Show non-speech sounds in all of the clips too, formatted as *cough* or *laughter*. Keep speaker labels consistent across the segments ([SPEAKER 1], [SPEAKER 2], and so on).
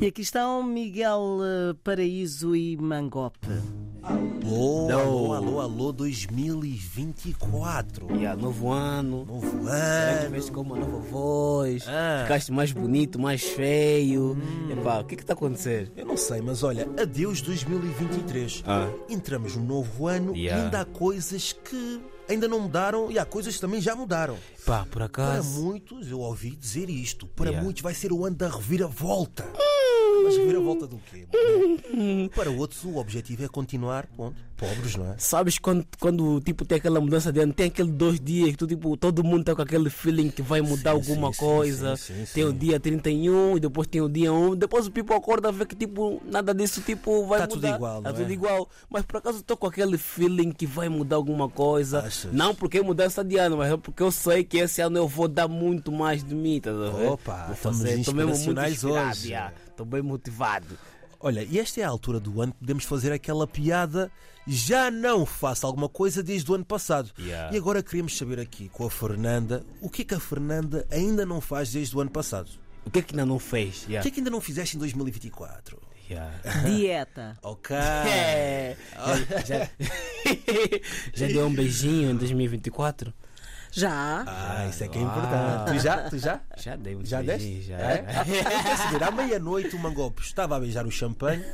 [SPEAKER 1] E aqui estão Miguel eh, Paraíso e Mangope.
[SPEAKER 2] Alô,
[SPEAKER 3] Não.
[SPEAKER 2] alô, um alô, alô, 2024.
[SPEAKER 3] E há novo ano.
[SPEAKER 2] Novo
[SPEAKER 3] Será que veste
[SPEAKER 2] ano.
[SPEAKER 3] com uma nova voz?
[SPEAKER 2] Ah.
[SPEAKER 3] Ficaste mais bonito, mais feio. Epá, o que é que está a acontecer?
[SPEAKER 2] Eu não sei, mas olha, adeus 2023.
[SPEAKER 3] Ah.
[SPEAKER 2] Entramos no novo ano e
[SPEAKER 3] Yeah.
[SPEAKER 2] ainda há coisas que ainda não mudaram e há coisas que também já mudaram.
[SPEAKER 3] Pá, por
[SPEAKER 2] Para
[SPEAKER 3] acaso.
[SPEAKER 2] muitos, eu ouvi dizer isto, para
[SPEAKER 3] Yeah.
[SPEAKER 2] muitos vai ser o ano da reviravolta. Mas reviravolta do *laughs* quê? Para outros, o objetivo é continuar, ponto. Pobres, não é?
[SPEAKER 3] Sabes quando, quando tipo, tem aquela mudança de ano, tem aquele dois dias que tu, tipo, todo mundo está com aquele feeling que vai mudar
[SPEAKER 2] Sim,
[SPEAKER 3] alguma
[SPEAKER 2] sim, sim,
[SPEAKER 3] coisa.
[SPEAKER 2] sim, sim,
[SPEAKER 3] tem o
[SPEAKER 2] sim.
[SPEAKER 3] dia 31 e depois tem o dia 1. Depois o people acorda e vê que tipo, nada disso tipo, vai
[SPEAKER 2] Tá tudo
[SPEAKER 3] mudar.
[SPEAKER 2] igual,
[SPEAKER 3] Tá
[SPEAKER 2] não
[SPEAKER 3] tudo
[SPEAKER 2] é?
[SPEAKER 3] igual. Mas por acaso estou com aquele feeling que vai mudar alguma coisa.
[SPEAKER 2] Achas?
[SPEAKER 3] Não porque é mudança de ano, mas é porque eu sei que esse ano eu vou dar muito mais de mim. Tá a ver?
[SPEAKER 2] Opa,
[SPEAKER 3] Vou
[SPEAKER 2] estamos
[SPEAKER 3] fazer. Estou mesmo muito
[SPEAKER 2] inspiracionais
[SPEAKER 3] inspirado.
[SPEAKER 2] hoje.
[SPEAKER 3] Estou bem motivado.
[SPEAKER 2] Olha, e esta é a altura do ano que podemos fazer aquela piada já não faço alguma coisa desde o ano passado.
[SPEAKER 3] Yeah.
[SPEAKER 2] E agora queremos saber aqui com a Fernanda o que é que a Fernanda ainda não faz desde o ano passado.
[SPEAKER 3] O que é que ainda não fez?
[SPEAKER 2] O
[SPEAKER 3] Yeah.
[SPEAKER 2] que é que ainda não fizeste em 2024?
[SPEAKER 3] Yeah.
[SPEAKER 1] Dieta.
[SPEAKER 3] *laughs*
[SPEAKER 2] Ok.
[SPEAKER 3] É. Já, já- já deu um beijinho em 2024?
[SPEAKER 1] Já?
[SPEAKER 2] Ah, isso é que é importante. Tu já? Tu já?
[SPEAKER 3] Já dei um
[SPEAKER 2] Já
[SPEAKER 3] beijinho.
[SPEAKER 2] deste?
[SPEAKER 3] Já.
[SPEAKER 2] É? Eu quero saber, à meia-noite o Mangope estava a beijar o
[SPEAKER 3] *laughs*
[SPEAKER 2] champanhe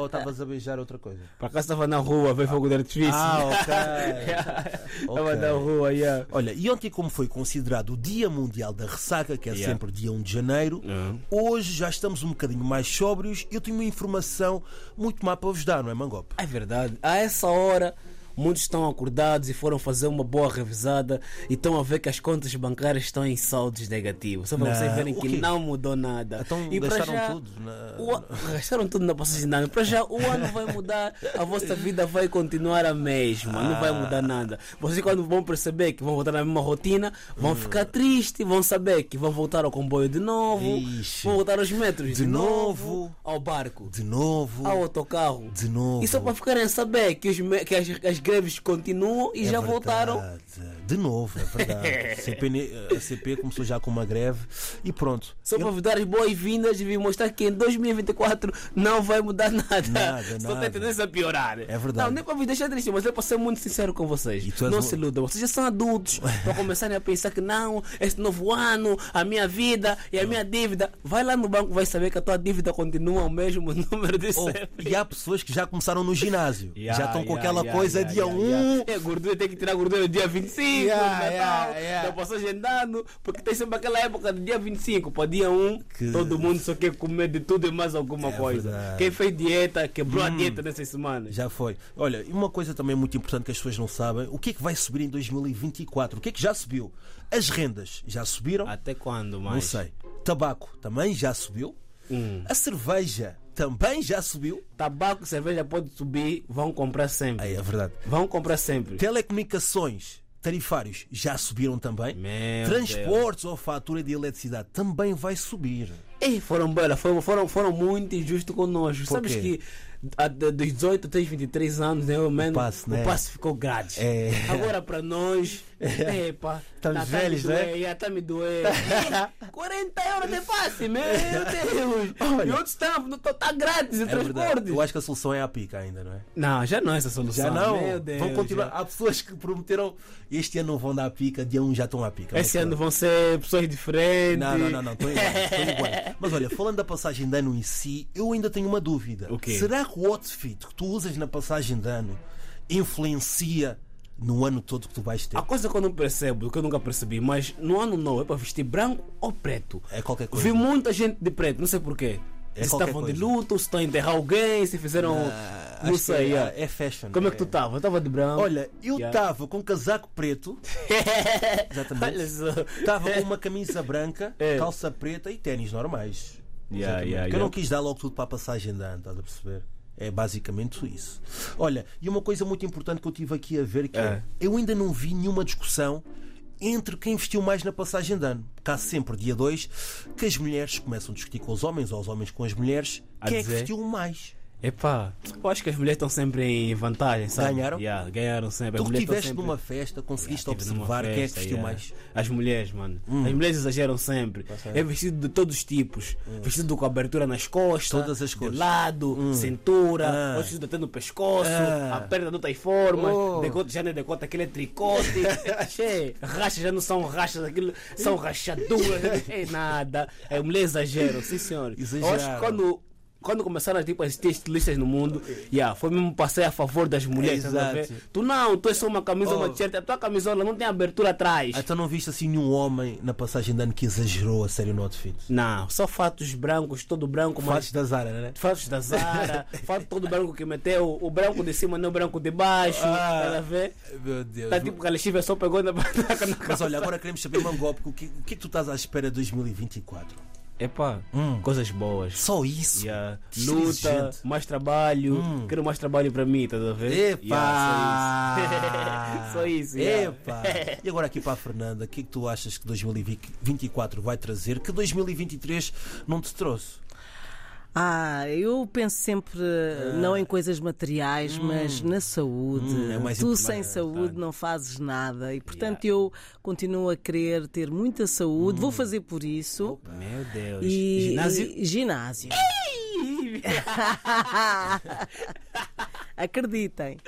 [SPEAKER 2] ou estavas a beijar outra coisa? Ah,
[SPEAKER 3] Por acaso estava na rua, veio fogo de
[SPEAKER 2] *laughs*
[SPEAKER 3] artifício. *laughs* É
[SPEAKER 2] ok.
[SPEAKER 3] Estava
[SPEAKER 2] ok.
[SPEAKER 3] na rua, yeah.
[SPEAKER 2] Olha, e ontem, como foi considerado o Dia Mundial da Ressaca, que é
[SPEAKER 3] Yeah. Uhum.
[SPEAKER 2] sempre dia 1 de janeiro, hoje já estamos um bocadinho mais sóbrios. Eu tenho uma informação muito má para vos dar, não é, Mangope?
[SPEAKER 3] É verdade. A essa hora, muitos estão acordados e foram fazer uma boa revisada e estão a ver que as contas bancárias estão em saldos negativos. Só para
[SPEAKER 2] Não,
[SPEAKER 3] vocês verem
[SPEAKER 2] o
[SPEAKER 3] que
[SPEAKER 2] quê?
[SPEAKER 3] não mudou nada.
[SPEAKER 2] Então
[SPEAKER 3] e para
[SPEAKER 2] gastaram
[SPEAKER 3] já,
[SPEAKER 2] tudo na-
[SPEAKER 3] o a- Gastaram tudo na passagem nada. Para já, o ano vai mudar, a vossa vida vai continuar a mesma. Não vai
[SPEAKER 2] Ah.
[SPEAKER 3] mudar nada. Vocês, quando vão perceber que vão voltar na mesma rotina,
[SPEAKER 2] Hum.
[SPEAKER 3] vão ficar tristes, vão saber que vão voltar ao comboio de novo,
[SPEAKER 2] Ixi.
[SPEAKER 3] vão voltar aos metros de,
[SPEAKER 2] De
[SPEAKER 3] novo,
[SPEAKER 2] novo.
[SPEAKER 3] ao barco
[SPEAKER 2] De novo.
[SPEAKER 3] ao autocarro.
[SPEAKER 2] De novo.
[SPEAKER 3] E só para ficarem a saber que, os me- que as, as greves continuam e
[SPEAKER 2] É
[SPEAKER 3] já
[SPEAKER 2] verdade.
[SPEAKER 3] voltaram.
[SPEAKER 2] De novo, é
[SPEAKER 3] *laughs*
[SPEAKER 2] verdade. CPN a CP começou já com uma greve e
[SPEAKER 3] *laughs*
[SPEAKER 2] pronto.
[SPEAKER 3] Só para vos dar as boas-vindas e vir mostrar que em 2024 não vai mudar nada.
[SPEAKER 2] Nada,
[SPEAKER 3] Só
[SPEAKER 2] nada.
[SPEAKER 3] tem tendência a piorar. É
[SPEAKER 2] verdade.
[SPEAKER 3] Não, nem para vos deixar triste, mas é para ser muito sincero com vocês.
[SPEAKER 2] E tu és
[SPEAKER 3] não
[SPEAKER 2] um-
[SPEAKER 3] se iludam. Vocês já são
[SPEAKER 2] *laughs*
[SPEAKER 3] adultos para começarem a pensar que não, este novo ano, a minha vida e a minha dívida. Vai lá no banco, vai saber que a tua dívida continua o mesmo número de
[SPEAKER 2] Oh,
[SPEAKER 3] sempre.
[SPEAKER 2] e há pessoas que já começaram no ginásio.
[SPEAKER 3] Yeah,
[SPEAKER 2] já estão com
[SPEAKER 3] yeah,
[SPEAKER 2] aquela
[SPEAKER 3] yeah,
[SPEAKER 2] coisa
[SPEAKER 3] yeah,
[SPEAKER 2] dia 1.
[SPEAKER 3] yeah, yeah. É, gordura tem que tirar gordura dia 25,
[SPEAKER 2] Yeah,
[SPEAKER 3] do Natal,
[SPEAKER 2] yeah, yeah.
[SPEAKER 3] da passagem de ano, porque tem sempre aquela época de dia 25 para dia 1,
[SPEAKER 2] Que-
[SPEAKER 3] todo mundo só quer comer de tudo e mais alguma
[SPEAKER 2] É
[SPEAKER 3] coisa.
[SPEAKER 2] verdade. Hum.
[SPEAKER 3] Quem fez dieta, quebrou a dieta nessas semanas.
[SPEAKER 2] Já foi. Olha, e uma coisa também muito importante que as pessoas não sabem: o que é que vai subir em 2024? O que é que já subiu? As rendas já subiram?
[SPEAKER 3] Até quando, mais?
[SPEAKER 2] não sei. Tabaco também já subiu? A cerveja também já subiu?
[SPEAKER 3] Hum. Tabaco, cerveja pode subir, vão comprar sempre.
[SPEAKER 2] Aí é verdade.
[SPEAKER 3] Vão comprar sempre.
[SPEAKER 2] Telecomunicações, tarifários já subiram também?
[SPEAKER 3] Meu
[SPEAKER 2] Transportes ou fatura de eletricidade também vai subir.
[SPEAKER 3] Ei, foram bela, foram, foram, foram muito injustos conosco.
[SPEAKER 2] Por
[SPEAKER 3] Sabes
[SPEAKER 2] quê?
[SPEAKER 3] que a, de- dos 18 até os 23 anos, né, o, mano,
[SPEAKER 2] passe, né?
[SPEAKER 3] o passe ficou grátis.
[SPEAKER 2] É.
[SPEAKER 3] Agora
[SPEAKER 2] *laughs*
[SPEAKER 3] para nós, epa,
[SPEAKER 2] Estamos
[SPEAKER 3] tá- tá me
[SPEAKER 2] velhos, né?
[SPEAKER 3] doer, já tá me
[SPEAKER 2] *laughs*
[SPEAKER 3] doendo. 40 euros de passe,
[SPEAKER 2] *laughs*
[SPEAKER 3] meu Deus! E outros estão, tá, tá grátis o
[SPEAKER 2] É verdade.
[SPEAKER 3] transporte.
[SPEAKER 2] Eu acho que a solução é a pica ainda, não é?
[SPEAKER 3] Não, já não é essa solução.
[SPEAKER 2] Já não.
[SPEAKER 3] Meu Deus,
[SPEAKER 2] vão continuar.
[SPEAKER 3] já.
[SPEAKER 2] Há pessoas que prometeram este ano não vão dar pica, dia 1 já estão à pica. é
[SPEAKER 3] Esse
[SPEAKER 2] Mas
[SPEAKER 3] ano vão ser pessoas diferentes.
[SPEAKER 2] Não, não, não, não, estou
[SPEAKER 3] *laughs*
[SPEAKER 2] igual, tô igual. Mas olha, falando da passagem de ano em si, eu ainda tenho uma dúvida.
[SPEAKER 3] O quê?
[SPEAKER 2] Será que o outfit que tu usas na passagem de ano influencia no ano todo que tu vais ter?
[SPEAKER 3] A coisa que eu não percebo, que eu nunca percebi, mas no ano não, é para vestir branco ou preto.
[SPEAKER 2] É qualquer coisa.
[SPEAKER 3] Vi muita gente de preto, não sei porquê.
[SPEAKER 2] É
[SPEAKER 3] se
[SPEAKER 2] qualquer
[SPEAKER 3] estavam de
[SPEAKER 2] coisa.
[SPEAKER 3] luto, se estão a enterrar alguém, se fizeram.
[SPEAKER 2] Ah, acho
[SPEAKER 3] não
[SPEAKER 2] que
[SPEAKER 3] sei.
[SPEAKER 2] é,
[SPEAKER 3] é.
[SPEAKER 2] é fashion.
[SPEAKER 3] Como é que tu estava? Eu estava de branco.
[SPEAKER 2] Olha, eu
[SPEAKER 3] Yeah.
[SPEAKER 2] estava com um casaco
[SPEAKER 3] *laughs*
[SPEAKER 2] preto.
[SPEAKER 3] Olha
[SPEAKER 2] Exatamente.
[SPEAKER 3] só.
[SPEAKER 2] Estava com uma camisa branca,
[SPEAKER 3] É.
[SPEAKER 2] calça preta e ténis normais.
[SPEAKER 3] Yeah,
[SPEAKER 2] Exatamente.
[SPEAKER 3] yeah,
[SPEAKER 2] Porque eu
[SPEAKER 3] yeah.
[SPEAKER 2] não quis dar logo tudo para a passagem de ano, estás a perceber? É basicamente isso. Olha, e uma coisa muito importante que eu tive aqui a ver que é,
[SPEAKER 3] É.
[SPEAKER 2] eu ainda não vi nenhuma discussão entre quem investiu mais na passagem de ano. Porque há sempre dia 2 que as mulheres começam a discutir com os homens ou os homens com as mulheres
[SPEAKER 3] A
[SPEAKER 2] quem é que
[SPEAKER 3] dizer?
[SPEAKER 2] investiu mais.
[SPEAKER 3] Epá, eu acho que as mulheres estão sempre em vantagem, sabe?
[SPEAKER 2] Ganharam?
[SPEAKER 3] Yeah, ganharam
[SPEAKER 2] Tu
[SPEAKER 3] sempre. As
[SPEAKER 2] que
[SPEAKER 3] mulheres estão
[SPEAKER 2] estiveste
[SPEAKER 3] tá sempre-
[SPEAKER 2] numa Hum. festa, conseguiste
[SPEAKER 3] Estive numa
[SPEAKER 2] observar quem é que
[SPEAKER 3] festa,
[SPEAKER 2] vestiu
[SPEAKER 3] yeah.
[SPEAKER 2] mais.
[SPEAKER 3] As mulheres, mano. As mulheres exageram sempre. É vestido de todos os tipos. Vestido com abertura nas costas,
[SPEAKER 2] Hum. Todas as
[SPEAKER 3] de
[SPEAKER 2] cores.
[SPEAKER 3] lado, cintura,
[SPEAKER 2] Ah.
[SPEAKER 3] outros vestido até no pescoço,
[SPEAKER 2] Ah.
[SPEAKER 3] a perna de outras formas,
[SPEAKER 2] Oh.
[SPEAKER 3] decote já não é decote, aquele
[SPEAKER 2] *laughs*
[SPEAKER 3] é tricote, Che, rachas já não são rachas, aquilo
[SPEAKER 2] *laughs*
[SPEAKER 3] são rachaduras, é nada. As mulheres exageram, sim senhor. Eu acho que
[SPEAKER 2] Exageraram.
[SPEAKER 3] quando. Quando começaram tipo, a existir estilistas no mundo, yeah, foi mesmo passei a favor das mulheres. estás a ver?
[SPEAKER 2] Exato.
[SPEAKER 3] Tu não, tu é só uma camisa, uma
[SPEAKER 2] Oh.
[SPEAKER 3] t-shirt. A tua camisola não tem abertura atrás.
[SPEAKER 2] Então não viste assim nenhum homem na passagem de ano que exagerou a sério no outfit.
[SPEAKER 3] Não, só fatos brancos, todo branco, mas.
[SPEAKER 2] Fatos da Zara, né?
[SPEAKER 3] Fatos da
[SPEAKER 2] *laughs*
[SPEAKER 3] Zara, fato todo branco que meteu, o branco de cima não o branco de baixo,
[SPEAKER 2] Ah.
[SPEAKER 3] tá a ver?
[SPEAKER 2] Meu Deus.
[SPEAKER 3] Tá tipo que a Lexiva só pegou na *laughs*
[SPEAKER 2] Mas olha, agora queremos saber, Mangópico, o que, o que tu estás à espera de 2024?
[SPEAKER 3] Epá, coisas boas.
[SPEAKER 2] Só isso?
[SPEAKER 3] Yeah. Luta,
[SPEAKER 2] Inteligente.
[SPEAKER 3] mais trabalho, quero mais trabalho pra mim, tá a ver?
[SPEAKER 2] Hum. Epa! *laughs*
[SPEAKER 3] Yeah, só isso. *laughs* só isso yeah.
[SPEAKER 2] Epa! E agora aqui para a Fernanda, o que é que tu achas que 2024 vai trazer que 2023 não te trouxe?
[SPEAKER 1] Ah, eu penso sempre eh, não em coisas materiais, mas na saúde.
[SPEAKER 2] Hum, é mais
[SPEAKER 1] tu
[SPEAKER 2] importante.
[SPEAKER 1] sem saúde não fazes nada e portanto eu continuo a querer ter muita saúde.
[SPEAKER 2] Hum.
[SPEAKER 1] Vou fazer por isso.
[SPEAKER 3] Meu Deus.
[SPEAKER 1] E,
[SPEAKER 3] Ginásio?
[SPEAKER 1] e-
[SPEAKER 2] *laughs*
[SPEAKER 1] ginásio. *laughs* Acreditem.